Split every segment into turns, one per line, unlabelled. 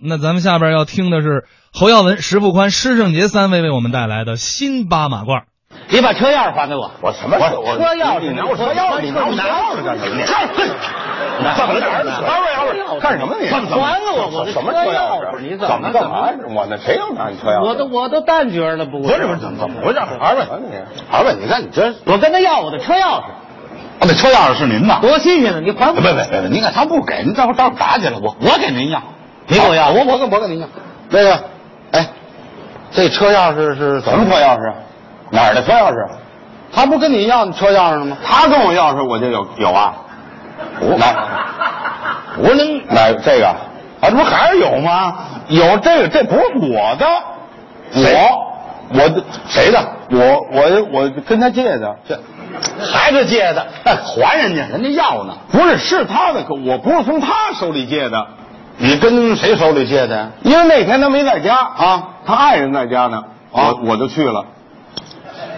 那咱们下边要听的是侯耀文、石富宽、施圣杰三位为我们带来的新八马褂。
你把车钥匙还给我。
我什么
我
时候？
车钥匙
你你拿我车钥匙，你拿我车钥匙干什么？你干什怎么哪儿呢？二位，干什么你？
还给我我的
什么车钥匙？
你
怎
怎么
干嘛？我那谁要拿你车钥匙？
我都我都淡角了，不
不是不是怎么怎么回事？二位，二位，你看你这哦
我跟他要我的车钥匙，
那车钥匙是您的？
多新鲜呢！你还
别
我。
别别，您看他啊不给，您待会儿待会儿打起来，我我给您要，
你给我要
好我我给我给您要。那个，哎，这车钥匙是什么车钥匙？哪儿的车钥匙？他不跟你要车钥匙吗？他跟我钥匙，我就有有啊。我哪？我您哪这个？啊，这不还是有吗？有这个，这不是我的，我我的谁的？我我我跟他借的，这 还是借的，哎还人家，人家要呢。不是，是他的，可我不是从他手里借的。你跟谁手里借的呀？因为那天他没在家啊，他爱人在家呢，我我就去了。哦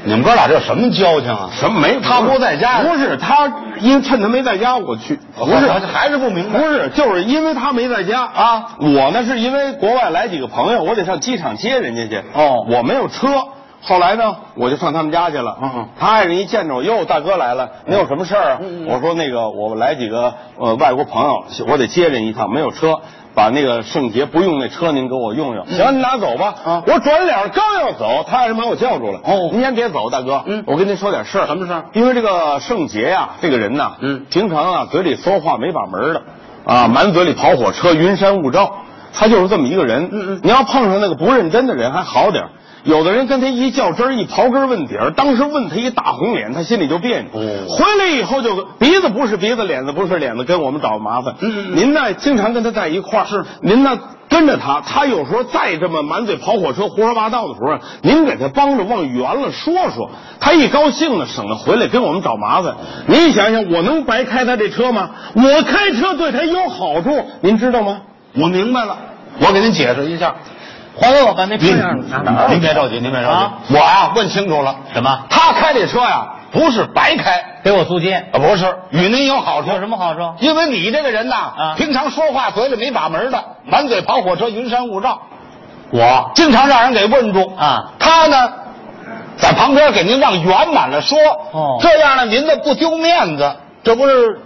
你们哥俩这什么交情啊？什么没？他不在家，不是他，因为趁他没在家，我去，不是哦还是不明白，不是，就是因为他没在家啊，我呢是因为国外来几个朋友，我得上机场接人家去，哦，我没有车。后来呢，我就上他们家去了。嗯嗯，他爱人一见着我，哟，大哥来了，你有什么事儿啊？我说那个，我来几个呃外国朋友，我得接人一趟，没有车，把那个圣杰不用那车您给我用用。行，您拿走吧。嗯啊，我转脸刚要走，他爱人把我叫住了。哦，您先别走，大哥。嗯，我跟您说点事儿。什么事儿？因为这个圣杰呀、这个人呐，嗯，平常啊嘴里说话没把门儿的，啊，满嘴里跑火车，云山雾罩。他就是这么一个人。嗯嗯，你要碰上那个不认真的人还好点儿有的人跟他一较真儿一刨根儿问底儿，当时问他一大红脸，他心里就别扭。回来以后就鼻子不是鼻子，脸子不是脸子，跟我们找麻烦。嗯嗯，您呢经常跟他在一块儿，是您呢跟着他，他有时候再这么满嘴跑火车、胡说八道的时候，您给他帮着往圆了说说，他一高兴呢，省得回来跟我们找麻烦。您想想，我能白开他这车吗？我开车对他有好处，您知道吗？我明白了，我给您解释一下。
还给我把那车
您
钥匙拿哪儿
您别着急，您别着急，
啊
我啊问清楚了，
什么
他开这车呀，不是白开，
给我租金，
啊不是与您有好处，
有什么好处？
因为你这个人呐，
啊
平常说话嘴里没把门的，满嘴跑火车，云山雾罩。我经常让人给问住
啊
他呢，在旁边给您让圆满了说，
哦
这样呢您的不丢面子，这不是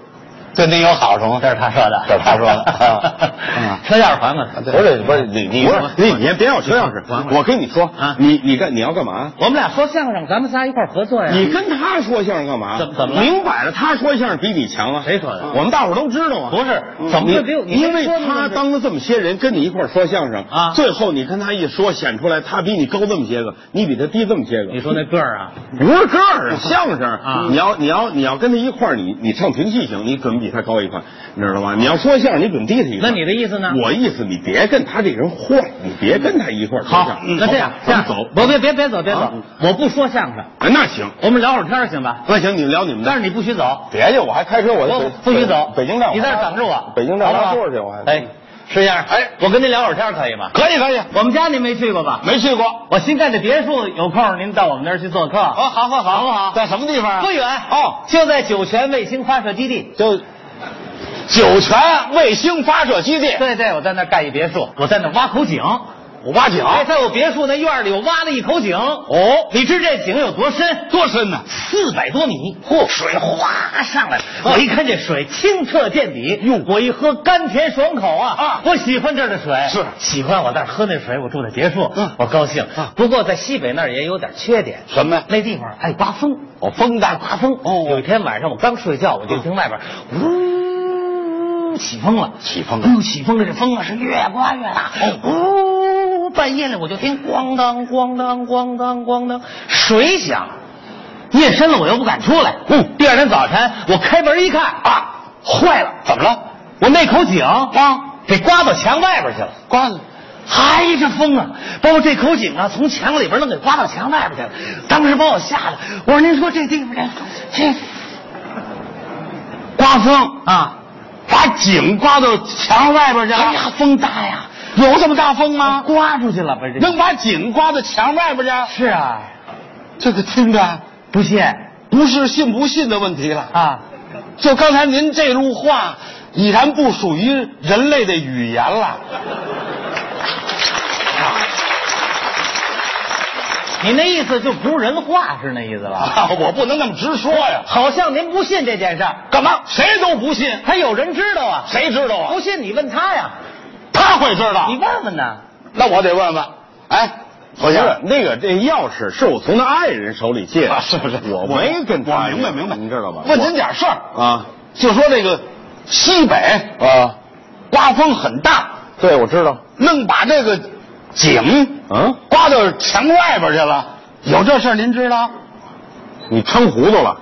对您有好处吗？
这是他说的，
这是他说 的啊嗯
车钥匙还我。
不是不是你你
不
不
是
是你你别要车钥匙
还，我
我跟你说
啊
你你干你要干嘛？
我们俩说相声，咱们仨一块儿合哎作呀。
你跟他说相声干嘛？
怎么怎么了
明摆着他说相声比你强啊！
谁说的
我们大伙儿都知道啊。
不是
嗯
怎么会比我
你
你
因为
没说呢
他
这
当着这么些人跟你一块儿说相声
啊
最后你跟他一说，显出来他比你高这么些个，你比他低这么些个。
你说那个儿啊？
不是个儿，相声
啊
你要你要你要跟他一块儿，你你唱评戏行，你准比他高一块，你知道吗？你要说相声，你准低他一块。
那你的意思呢
我意思，你别跟他这人混，你别跟他一块儿说相
好，
声。
嗯那这样
好吧
这样
咱们走。
不别别别走别
啊
走，我不说相声，
哎那行，
我们聊会儿天儿行吧？
那行，你们聊你们的。
但是你不许走，
别去，我还开车，我
我不许走。
北京站，
你在这儿等着我。
北京站
好不好
拉座去，我还。
哎，石先生，
哎
我跟您聊会儿天儿可以吗？
可以可以，
我们家您没去过吧？
没去过。
我新盖的别墅，有空您到我们那儿去做客。
啊，好好好，
好不好
在什么地方啊？
不远
哦，
就在酒泉卫星发射基地。
就酒泉卫星发射基地，
对对，我在那儿盖一别墅，我在那儿挖口井。
五八井。
哎，在我别墅那院儿里，我挖了一口井。哦，你知这井有多深？
多深呢？
四百多米，嚯、水哗上来了。我一看这水清澈见底，哟，我一喝甘甜爽口啊！
啊
我喜欢这儿的水，
是
喜欢我在这儿喝那水。我住在别墅，
嗯
我高兴。
啊
不过在西北那儿也有点缺点，
什么呀
那地方爱刮风，
哦，风
大刮风。
哦
有一天晚上我刚睡觉，我就听外边呜起风了，
起风了哦
哎呦，起风了，这风啊是越刮越大。呜，半夜里我就听咣当咣当咣当咣当水响。夜深了，我又不敢出来。
哦
嗯，第二天早晨我开门一看，啊，坏了，
怎么了？
我那口井啊，给刮到墙外边去了。
关了。
嗨，这风啊，把我这口井啊，从墙里边能给刮到墙外边去了。当时把我吓得，我说：“您说这地方这这
刮风，
啊，
把井刮到墙外边去
哎呀
了。，
风大呀，哦
有这么大风吗？
刮出去了吧？这
能把井刮到墙外边去？
是啊，
这个听着，
不信
不是信不信的问题了。
啊？
就刚 才您这路话，已然不属于人类的语言了。
你那意思就不是人话，是那意思 吧？
啊我不能那么直说呀。
好像您不信这件事儿，
干嘛？谁都不信，
还有人知道啊？
谁知道啊
不？信你问他呀，
他会知道
你？问问呐。
那我得问问。哎，
不
不
是
是，
那个，这钥匙是我从他爱人手里借的，
啊是不是？
我没跟他，
我明白明白，
你知道吧？
问您点事儿
我啊
就说这个西北
啊，
刮风很大，
对，我知道，
弄把这个井
嗯，
刮到墙外边去了。有这事儿您知道？
你撑糊涂了，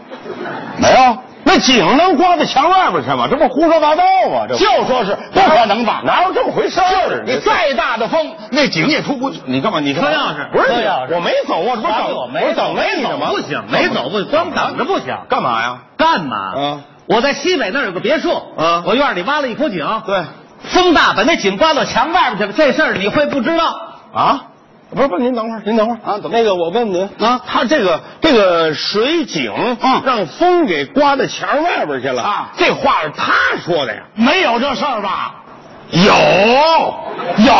没有，
那井能刮到墙外边去吗？这不胡说八道吗？这
就说是不可能吧？
哪有这么回事
就
儿
是？你再大的风，那井也出不去。
你干嘛？你干嘛
车钥匙
不是
车钥匙
我没走啊，这不是
啊
等
我没
我
走
等着你呢吗？
没走不行没走不光等着不行啊
干嘛呀？
干嘛？
啊
嗯
我在西北那儿有个别墅，
嗯
我院里挖了一口井，
对
风大把那井刮到墙外边去了，这事儿你会不知道？
啊，不是不是，您等会儿，您等会儿
啊怎么
那个我问您
啊
他这个这个水井，
嗯
让风给刮到墙外边去了
啊
这话是他说的呀？
没有这事儿吧？
有有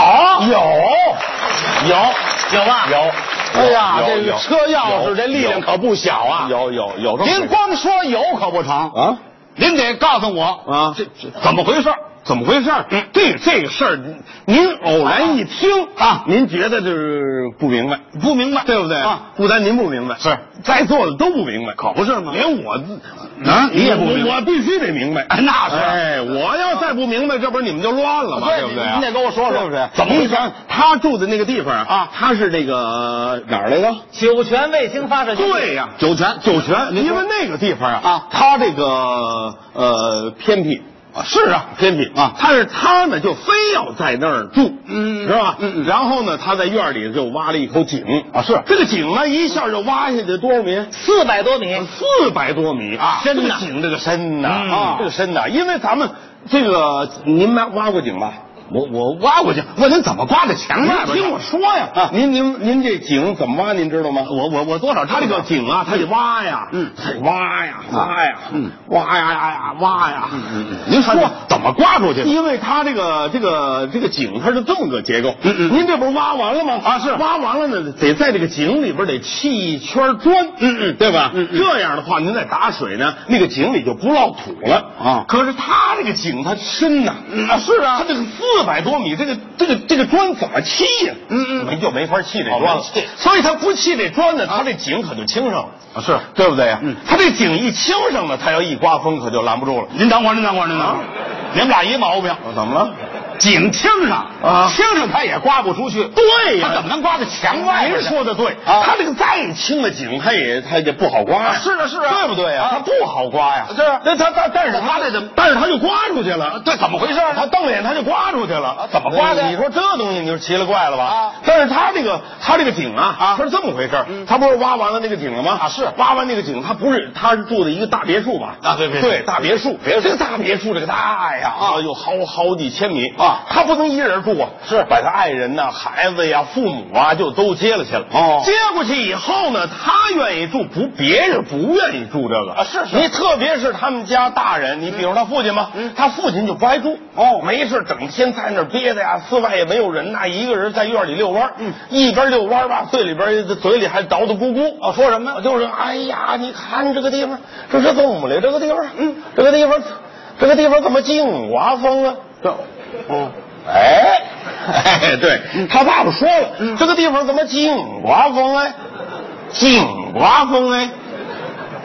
有有
有吧？
有，
哎呀，
有
这个
有
车钥匙
有
这力量可不小啊！
有有有这么
您光说有可不成
啊！
您得告诉我
啊
这这怎么回事儿？
怎么回事？
嗯
对这个事儿，您您偶然一听
啊
您觉得就是不明白，
不明白，
对不对？
啊，
不单您不明白，
是
在座的都不明白，可不是吗？连我
啊你也不明白
我我必须得明白。
哎那是
哎，我要再不明白，这不是你们就乱了吗？
对
对不对啊？
你得跟我说说
对不对？
怎么回事
你想他住的那个地方
啊
他是那个哪儿来着？
酒泉卫星发射基地。
对呀、酒泉，酒泉，因为那个地方啊，
啊
它这个呃偏僻。是啊，偏僻
啊
但是他呢，就非要在那儿住，
嗯
是吧？
嗯嗯
然后呢，他在院里就挖了一口井
啊是
这个井呢，一下就挖下去多少米？
四百多米，
四百多米啊
深呐
这个井这个深呐
嗯
啊，这个深呐，因为咱们这个您挖挖过井吧？
我我挖过去，问您怎么刮在墙外边的？
您听我说呀，
啊
您您您这井怎么挖？您知道吗？我我我多少？他这个井啊，他得挖呀，
嗯
他得挖呀，挖呀，
嗯，
挖呀呀呀，挖呀，嗯
嗯嗯
您说
他
怎么刮出去？因为他这个这个这个井它是这么个结构，
嗯嗯
您这不是挖完了吗？啊，是挖完了呢，得在这个井里边得砌一圈砖，嗯嗯，对吧？
嗯嗯
这样的话，您再打水呢，那个井里就不落土了
啊
可是他这个井它深呐，啊是啊，他这个四百多米，这个这个这个砖怎么砌呀？
嗯嗯
没就没法砌这砖啊
哦
了
没砌。
所以他不砌这砖呢，他这井可就清上了，
啊是
对不对呀？
嗯
他这井一清上了，他要一刮风可就拦不住了。
您等会儿，您等会儿，您等会儿，你们俩一毛病。
啊怎么了？
井听上
啊
听上它也刮不出去。
对呀
它怎么能刮到墙外边
您
去？
说的对，
啊
他这个再清的井，他也他也不好刮呀。
是啊是啊
对不对呀
啊？
他不好刮呀。
是啊
那他但但是他
那怎么
但是他就刮出去了。
这怎么回事呢
他瞪眼他就刮出去了
啊。怎么刮的
你说这东西你就奇了怪了吧？
啊
但是他这个他这个井啊
啊
他是这么回事儿，他不是挖完了那个井了吗？
啊是
挖完那个井，他不是他是住的一个大别墅吧？
啊对别墅
对大别墅，别墅这个大别墅这个大呀啊，有好好几千米
啊
他不能一人住啊，是把他爱人呐、孩子呀、父母啊就都接了去了。
哦
接过去以后呢，他愿意住，不别人不愿意住这个
啊是是
你特别是他们家大人，你比如他父亲吧，
嗯
他父亲就不爱住哦，没事整天在那儿憋的呀，四外也没有人呐，一个人在院里遛弯儿
嗯
一边遛弯儿吧，嘴里边嘴里还叨叨咕咕
哦说什么呀
就是哎呀，你看这个地方，这是怎么了？这个地方，嗯，这个地方，这个地方怎么净刮风啊？这，
哦
嗯。哎， 哎，对他爸爸说了，
嗯
这个地方怎么净刮风哎，净刮风哎，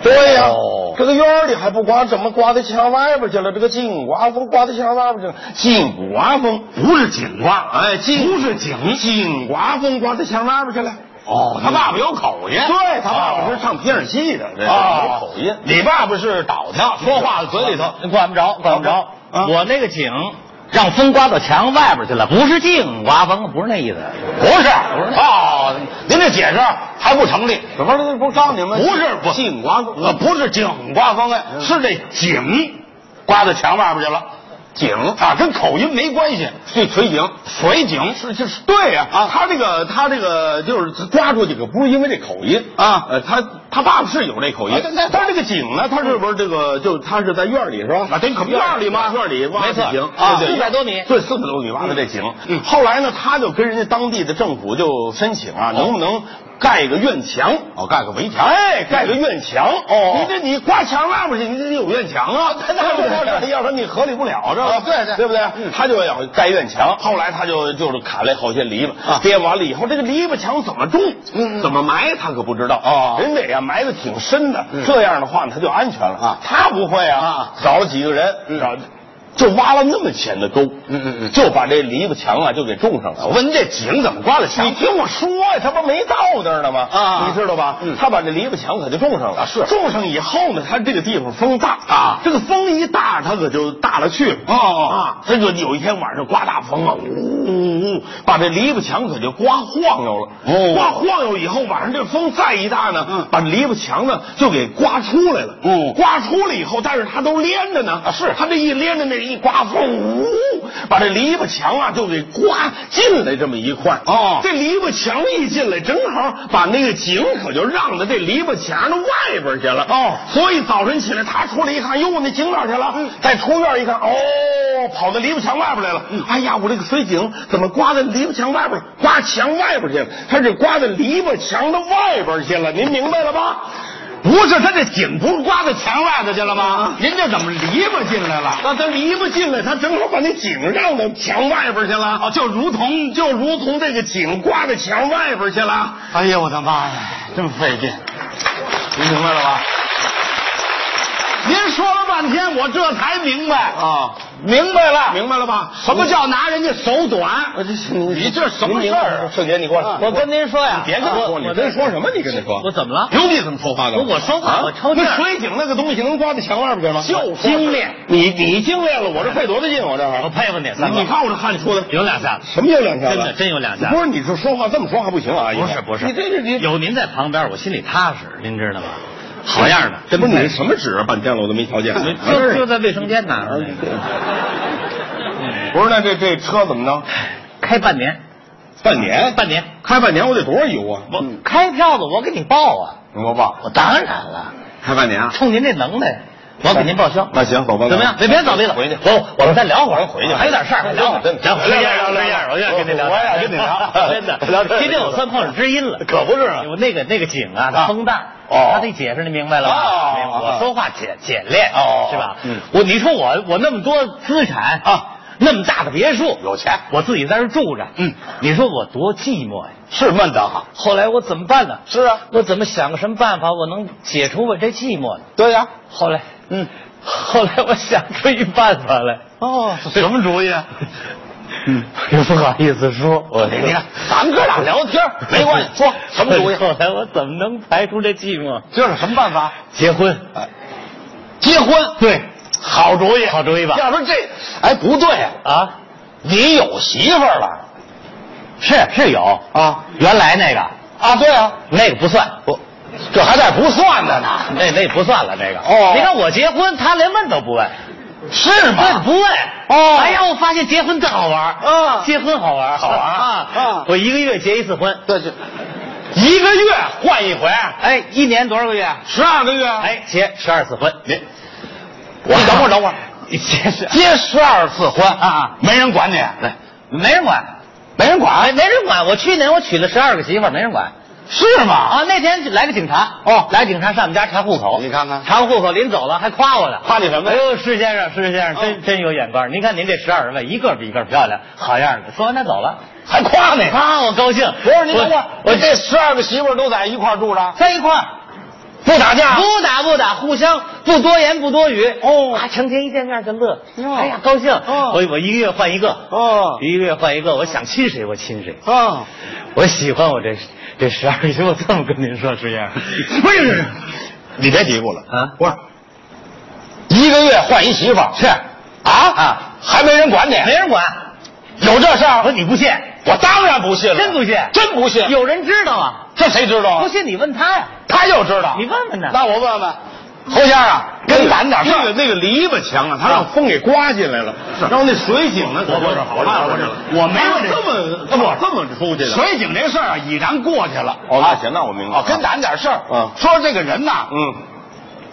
对呀、
哦
这个院儿里还不刮，怎么刮到墙外边去了？这个净刮风刮到墙外边去了，净刮风不是井刮，哎，净不是井，净刮风刮到墙外边去了。
哦他爸爸有口音。哦
对他爸爸是唱皮影戏的，这是有口音。
你爸爸是倒跳，说话 嘴里头。
管不着，管不着。
啊
我那个井让风刮到墙外边去了，不是净刮风，不是那意思。
不是，不是哦，您这解释还不成立。
怎么了？不是告诉你吗？
不是不
净刮风，
呃，不是井刮风哎，
嗯
是这井刮到墙外边去了。
井
啊，跟口音没关系。
这水井。
水井
是就是对呀、
啊
他这个他这个就是刮出去可不是因为这口音
啊
呃，他他爸爸是有这口音
啊对对，
但是这个井呢，他是不是这个就他是在院里是吧？
啊对可不
院儿里嘛，院儿里挖
没错
的井
啊
对对
400多米
对，四百多米挖的这井。
嗯
后来呢，他就跟人家当地的政府就申请啊，能不能盖个院墙？
哦，盖个围墙。
哎，盖个院墙
哦
你这你挂墙外边去，你得有院墙 啊，
那
不
不
要
得
不然
了
要不然你合理不了，这
啊对对
对不对
嗯？
他就要盖院墙，后来他就就是砍了好些篱笆
啊
编完了以后，这个篱笆墙怎么种，
嗯嗯
怎么埋，他可不知道
哦
人得呀埋的挺深的
嗯，
这样的话呢他就安全了
啊
他不会啊
啊，
找了几个人，
嗯
找就挖了那么浅的沟，
嗯嗯嗯
就把这篱笆墙啊就给种上了。
我问您这井怎么挂的墙？
你听我说呀，他不没到那儿呢吗？
啊
你知道吧？
嗯
他把这篱笆墙可就种上了。
啊是
种上以后呢，他这个地方风大
啊
这个风一大，他可就大了去了。
哦哦
啊，他就有一天晚上刮大风啊，呜呜呜，把这篱笆墙可就刮晃悠了。
哦
刮晃悠以后，晚上这风再一大呢，
嗯
把篱笆墙呢就给刮出来了。
嗯
刮出来以后，但是它都连着呢。
啊是
它这一连着那一刮风，呜，把这篱笆墙啊就给刮进来这么一块。
哦
这篱笆墙一进来，正好把那个井可就让到这篱笆墙的外边去了。
哦
所以早晨起来，他出来一看，哟，那井哪儿去了？再出院一看，哦，跑到篱笆墙外边来了。哎呀，我这个水井怎么刮在篱笆墙外边儿？刮墙外边去了？他是刮在篱笆墙的外边去了。您明白了吧？
不是他这井不是刮到墙外头去了吗？人家怎么篱笆进来了？
那他篱笆进来，他正好把那井让到墙外边去了。哦，就如同就如同这个井刮到墙外边去了。
哎呀，我的妈呀，真费劲！
您明白了吧？
您说了半天，我这才明白，
啊，
明白了，
明白了吧？
什么叫拿人家手短？
这
你这什么事儿啊
瞬间，你过来。
我跟您说呀，
别跟他说，你跟说什么？你跟他说，
我怎么了？
有你怎么说话的？
不我啊说话
啊
我抽气儿
那水井那个东西能刮到墙外边去吗？
就精炼
你你精炼了，我这费多大劲？啊我这玩意
我
儿，
佩服你，三
你
哥
你看我这汗出的
有两下子，
什么有两下子？
真的真有两下子
不是，你这说话这么说话不行啊！
不是不是，
你这是你
有您在旁边，我心里踏实，您知道吗？好样的，真
不是你
佩
这
服
什么纸啊？半天了我都没哎瞧见。
没就就在卫生间呢，
不是，那这这车怎么着？
开半年，
半年，
半年，
开半年，我得多少油啊？
我开票子我给你报啊，
我吧，
我当然了，
开半年啊？
冲您这能耐，我给您报销。
那行，走吧。
怎么样？别别早立了，
回去。
我哎我们再聊会儿，
回去
还有点事儿，聊会儿。
真的
聊会儿，
聊
这样，
聊聊
这样，哎我愿意跟您聊。
我也跟你聊
真 的。
聊这个
今天我算碰上知音了，
可不是啊
我哎那个那个井啊，它
啊
风大，
哦
他得解释，你明白了
哦
吧？
哦
明白
哦
我说话简简练
哦哦，
是吧
嗯？
我你说我我那么多资产
啊，
那么大的别墅，
有钱
我自己在这儿住着，
嗯，
你说我多寂寞呀！
是慢点好。
后来我怎么办呢？
是啊，
我怎么想个什么办法，我能解除我这寂寞呢？
对呀、
后来，
嗯，
后来我想出一办法来。
哦，
什么主意？嗯，也 不好意思说。我
哎你看，咱们哥俩聊天儿没关系，说什么主意？
后来我怎么能排除这寂寞？
这是什么办法？
结婚，
哎结婚，
对，好主意，好主意吧？
要说这，哎，不对，
啊，
你有媳妇儿了
是是有
啊？
原来那个
啊，对啊，
那个不算，不，
这还在不算的呢，
那那不算了，那个。
哦
你看我结婚，他连问都不问。
是
问不
吗？
问？
哦
哎呀，我发现结婚真好玩儿
嗯
结婚好玩儿
好玩儿
啊
嗯！
我一个月结一次婚，
对，这
一个月
换一回，
哎，一年多少个月？
十二个月，，啊
哎，结十二次婚。
你，我等 会儿等会儿，
你结是
结十二次婚
啊
没人管你，
来，没人管，
没人
哎，
管，
没人管。我去年我娶了十二个媳妇儿，没人管。
是吗？
啊，那天来个警察，
哦
来警察上我们家查户口，
你看看
查完户口临走了还夸我呢，
夸你什么
哎
呀哦
呦，施先生，施先生真真有眼光，您看您这十二位一个比一个漂亮，好样的。说完他走了，
还夸你？
啊，我高兴。
哎不是，你等会儿，
我
你这十二个媳妇儿都在一块儿住着，
在一块儿。
不打架
不打不打，互相不多言不多语。
啊哦
啊，成天一见面就乐，
哟
哎呀，高兴。
哦
我我一个月换一个，
哦
一个月换一个，我想亲谁我亲谁，
啊，
我喜欢我这这十二个，我这么跟您说，石燕，
不是不是，你别嘀咕了
啊
不是，一个月换一媳妇儿
是
啊
啊，
还没人管你，
没人管，
有这事
我说
儿？
你不信，
我当然不信了，
真不信
真不信，
有人知道啊，
这谁知道
不
啊？
信你问他呀，
他就知道，
你问问呢
那我问问，
侯先生啊，跟咱点事
那
儿
个那个篱笆强啊，他让风给刮进来了，然后那水井呢，
我我我我
看
我没有
这么我这么出去的。
水井这事儿啊，已然过去了。
哦，那行，那我明白。
哦，跟咱点事儿。
嗯
说这个人呐，
嗯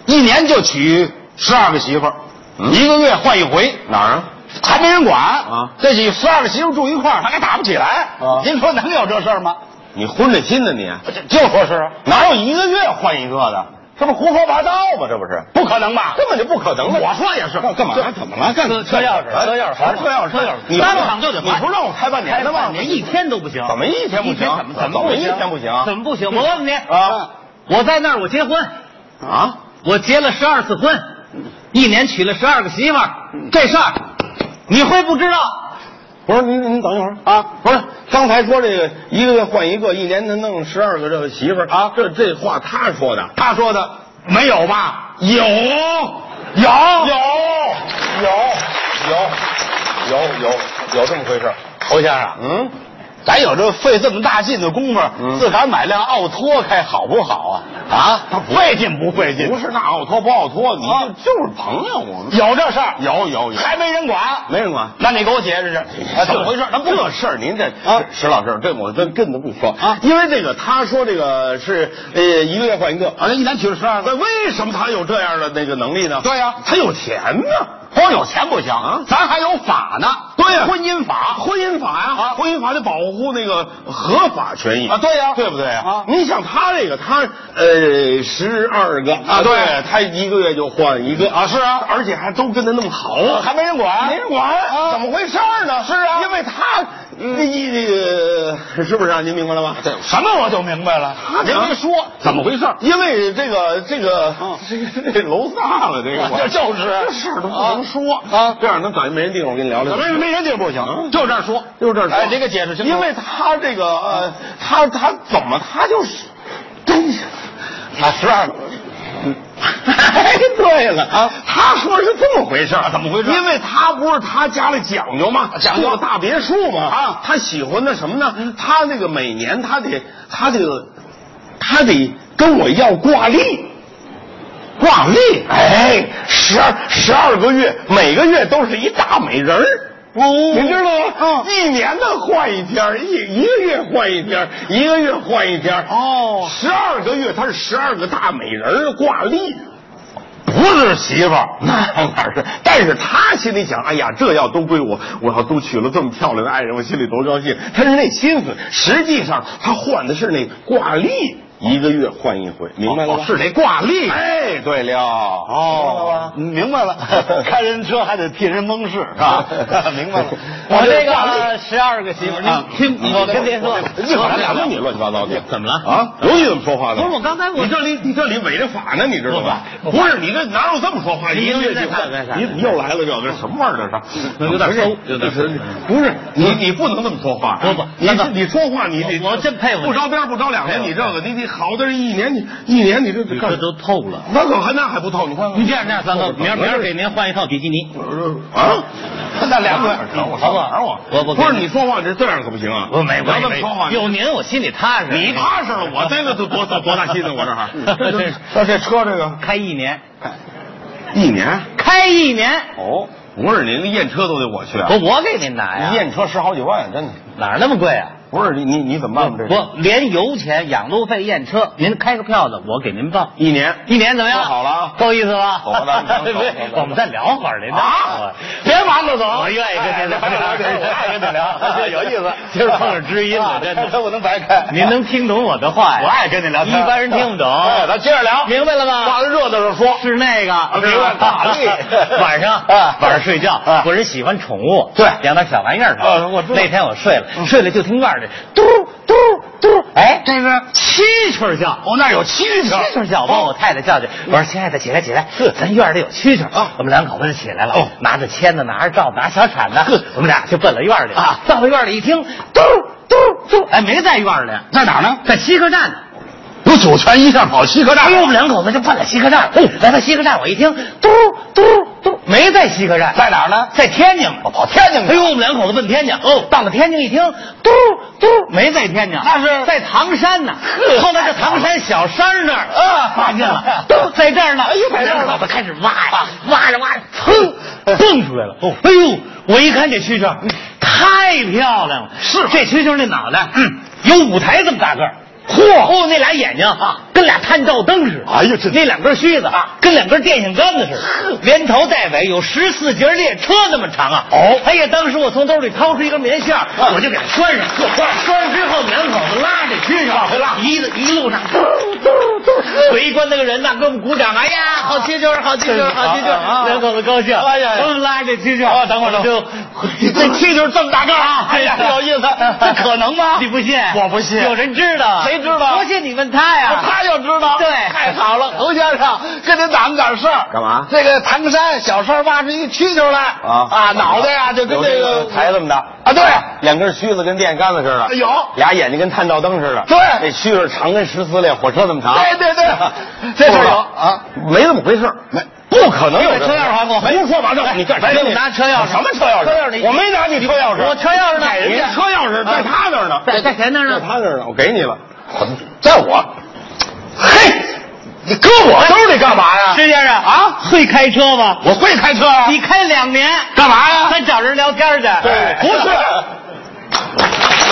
一年就娶十二个媳妇儿，
嗯
一个月换一回，
哪儿啊？
还没人管
啊
这几十二个媳妇住一块儿，他还打不起来。
啊
您说能有这事儿吗？
你昏着心呢你？
这就说是啊
哪有一个月换一个的？这不胡说八道吗？这不是，
不可能吧？
根本就不可能的。我说也是，干嘛？怎么了？干
车车钥匙车钥匙
还是车钥匙？
车钥匙
你不
当场就得
你
拍
不让我开半
哎
年的吗？
连一天都不行，
怎么一天不行
一怎么怎
怎
么
么
不
一
行
天不行
怎么不行？我问问你
啊，
我在那儿我结婚，
啊？
我结了十二次婚，一年娶了十二个媳妇儿，这事儿你会不知道？
不是，您您等一会儿啊！不是，刚才说这个一个月换一个，一年他弄十二个这个媳妇儿啊，这这话他说的，
他说的没有吧？
有有有有有有有这么回事儿
侯先生，
嗯，
咱有这费这么大劲的功夫，
嗯
自个儿买辆奥拓开好不好啊？啊，费劲不费劲？
不是那奥托不奥托，你
啊
就就是朋友，我们
有这事儿，
有有有，
还没人管，
没人管。
那你给我解释解释，哎怎么回事？咱不
这事儿您这
啊
石老师，这我真真的不说
啊
因为这个他说这个是呃一个月换一个，
啊，一年娶了十二
那为什么他有这样的那个能力呢？
对啊呀
他有钱呢。
光有钱不行
啊
咱还有法呢。
对呀
婚姻法
婚姻法呀、
啊
婚姻法得保护那个合法权益
啊，对呀，
对不对
啊
你想他这个，他呃十二个
啊对
他一个月就换一个
啊是啊
而且还都跟他那么好，
还没人管，
没人管，
啊
怎么回事儿呢？
是啊
因为他那一那个是不是啊？您明白了吗？对
嗯什么我就明白了，您没说
怎么回事？因为这个这个这个这楼撒了，这个
啊就是
嗯这事儿都不能说
啊
这样能找一没人地方跟你聊聊。
没没人地儿不行，
嗯
就这儿说，
就是这儿说
哎，您给解释清楚。
因为他这个呃，他他怎么他就是真是
啊，十二个，
哎，对了
啊
他说是这么回事儿
啊怎么回事
因为他不是他家里讲究嗯吗？
讲究
住大别墅嘛
啊
他喜欢的什么呢？他那个每年他得他这个他得跟我要挂历。挂历，哎，十二十二个月，每个月都是一大美人儿。
哦
你知道吗？
嗯
一年的换一天儿，一一个月换一天儿，一个月换一天儿。
哦
十二个月，他是十二个大美人儿挂历。
不是媳妇儿，
那哪是？但是他心里想，哎呀，这要都归我，我要都娶了这么漂亮的爱人，我心里多高兴。他是那心思，实际上他换的是那挂历，一个月换一回，明白了吗？
哦是这挂历。
哎，对了，
哦，明白
嗯
了，开人车还得替人
哦
蒙事，是
啊
吧？明哦白了，
我这
挂历
个十二个媳妇儿，
啊
你听，
你
我跟您说，
这咱俩问你乱七八糟的，
怎么了
啊？有你怎么说话的？
不是我刚才我
你这里你这里违着法呢，你知道吧？
不
不是你这哪有这么说话？
您
一个月
再
就
看再看
你你又来了这个什么味儿这是？
有点馊有点馊
不是你你不能这么说话，
不不
你
那个
你说话你你
我我真佩服你
不着边不着两
佩
的，
服
你这个你你好的是一年你一年你这
你
干
这都透了。
那可还那还不透？你看看
你这样这样，三哥，明儿明儿给您换一套比基尼。
啊，
那两个
我上哪儿我？
我我
不是你说话这这样可不行啊！
我没
不要
没
这么
没
说话，，
有您我心里踏实。
你踏实了，我这个多多多大心呢？ 我这还
这这
这这车这个
开一年，
一年
开一年，
哦，不是您验车都得我去啊
我我给您拿呀。
验车十好几万，啊真的
哪儿那么贵啊？
不是你你你怎么办吧？这
不连油钱、养路费、验车，您开个票子，我给您报。
一年
一年怎么样？
说好了啊
够意思吧？
走吧咱们走走
别
走走走
我们再聊会儿您
啊
别忙着走，我愿意跟您聊，我爱跟您聊，
有意思。
今儿碰上知音了，真的。
不能白开。
您能听懂我的话呀？
我爱跟你聊天，
一般人听不懂。
哎，咱接着聊，
明白了吗？
到了热的时候说。
是那个，
明白打力
晚上
啊
晚上睡觉
啊，
我是喜欢宠物，
对
养点小玩意儿的。
啊我知道
那天我睡了，睡了就听院里嘟嘟嘟，哎，这是蛐蛐儿叫。
我那儿有蛐
蛐
蛐儿，
蛐儿叫，把我太太叫去。
嗯
我说：“亲爱的，起来起来，咱院里有蛐蛐儿。”
啊
我们两口子就起来了，
哦
拿着签子，拿着罩子，拿小铲子，我们俩就奔了院里
啊
到了院里一听，嘟嘟嘟，哎，没在院里，
在哪儿呢？
在西客站呢。哎
有九泉一线跑西客站
哎呦，我们两口子就奔了西客站。来到西客站，我一听，嘟嘟嘟，没在西客站，
在哪儿呢哦
在天津。
我跑天津去
哎呦，我们两口子奔天津。哦，到了天津一听，嘟嘟，没在天津，
那是
在唐山呢。后来这唐山小山那儿
啊
发 现了，都在这儿呢。
哎呦在这儿呢
两口子开始挖呀，挖着挖着，噌，蹦出来了。哦，哎呦，我一看这蛐蛐儿，太漂亮了。嗯是这蛐蛐儿那脑袋，嗯，有舞台这么大个儿。嚯！哦，那俩眼睛啊，跟俩探照灯似的。
哎呀这
那两根须子啊，跟两根电线杆子似的，连头带尾有十四节列车那么长啊！哦，啊哎呀，当时我从兜里掏出一根棉线儿，我就给它拴上，拴上之后，两口子拉着蛐蛐往回拉，一一路上嘟嘟嘟， 围观那个人呐，给我们鼓掌，哎呀，好蛐蛐儿，好蛐蛐儿，好蛐蛐
啊啊啊
儿，两口子高兴，
哎呀呀
我们拉着蛐蛐
啊
儿，
等会儿等会
就 这蛐蛐儿这么大个儿啊，
哎呀有意思
这可能吗？你不信？
我不信
有人知道？
谁知道
不信你问他呀，
他就知道，
对
太好了，侯先生，跟您打个点事儿。
干嘛
这个唐山小山挖出一蛐蛐来
啊
啊，脑袋呀就跟这
有
个
才这么大
啊哎对
两根须子跟电线杆子似的，
有
俩眼睛跟探照灯似的，
对
那须子长跟十四列火车这么长，
对对对这事儿有啊，
没这么回事儿，没
不可能有
你把车钥匙还给我哎
胡说八道！你干什么？
你拿车钥匙
什么车钥匙？
车钥匙你
我没拿你车钥匙，
我车钥匙呢啊
给人家车钥匙在他那儿呢，
在在谁那儿
在
呢？
他那儿呢，我给你了。
在我。嘿，你搁我兜里干嘛呀？
石先生
啊，
会开车吗？
我会开车啊。
你开两年，
干嘛呀？
咱找人聊天去。
对，不是。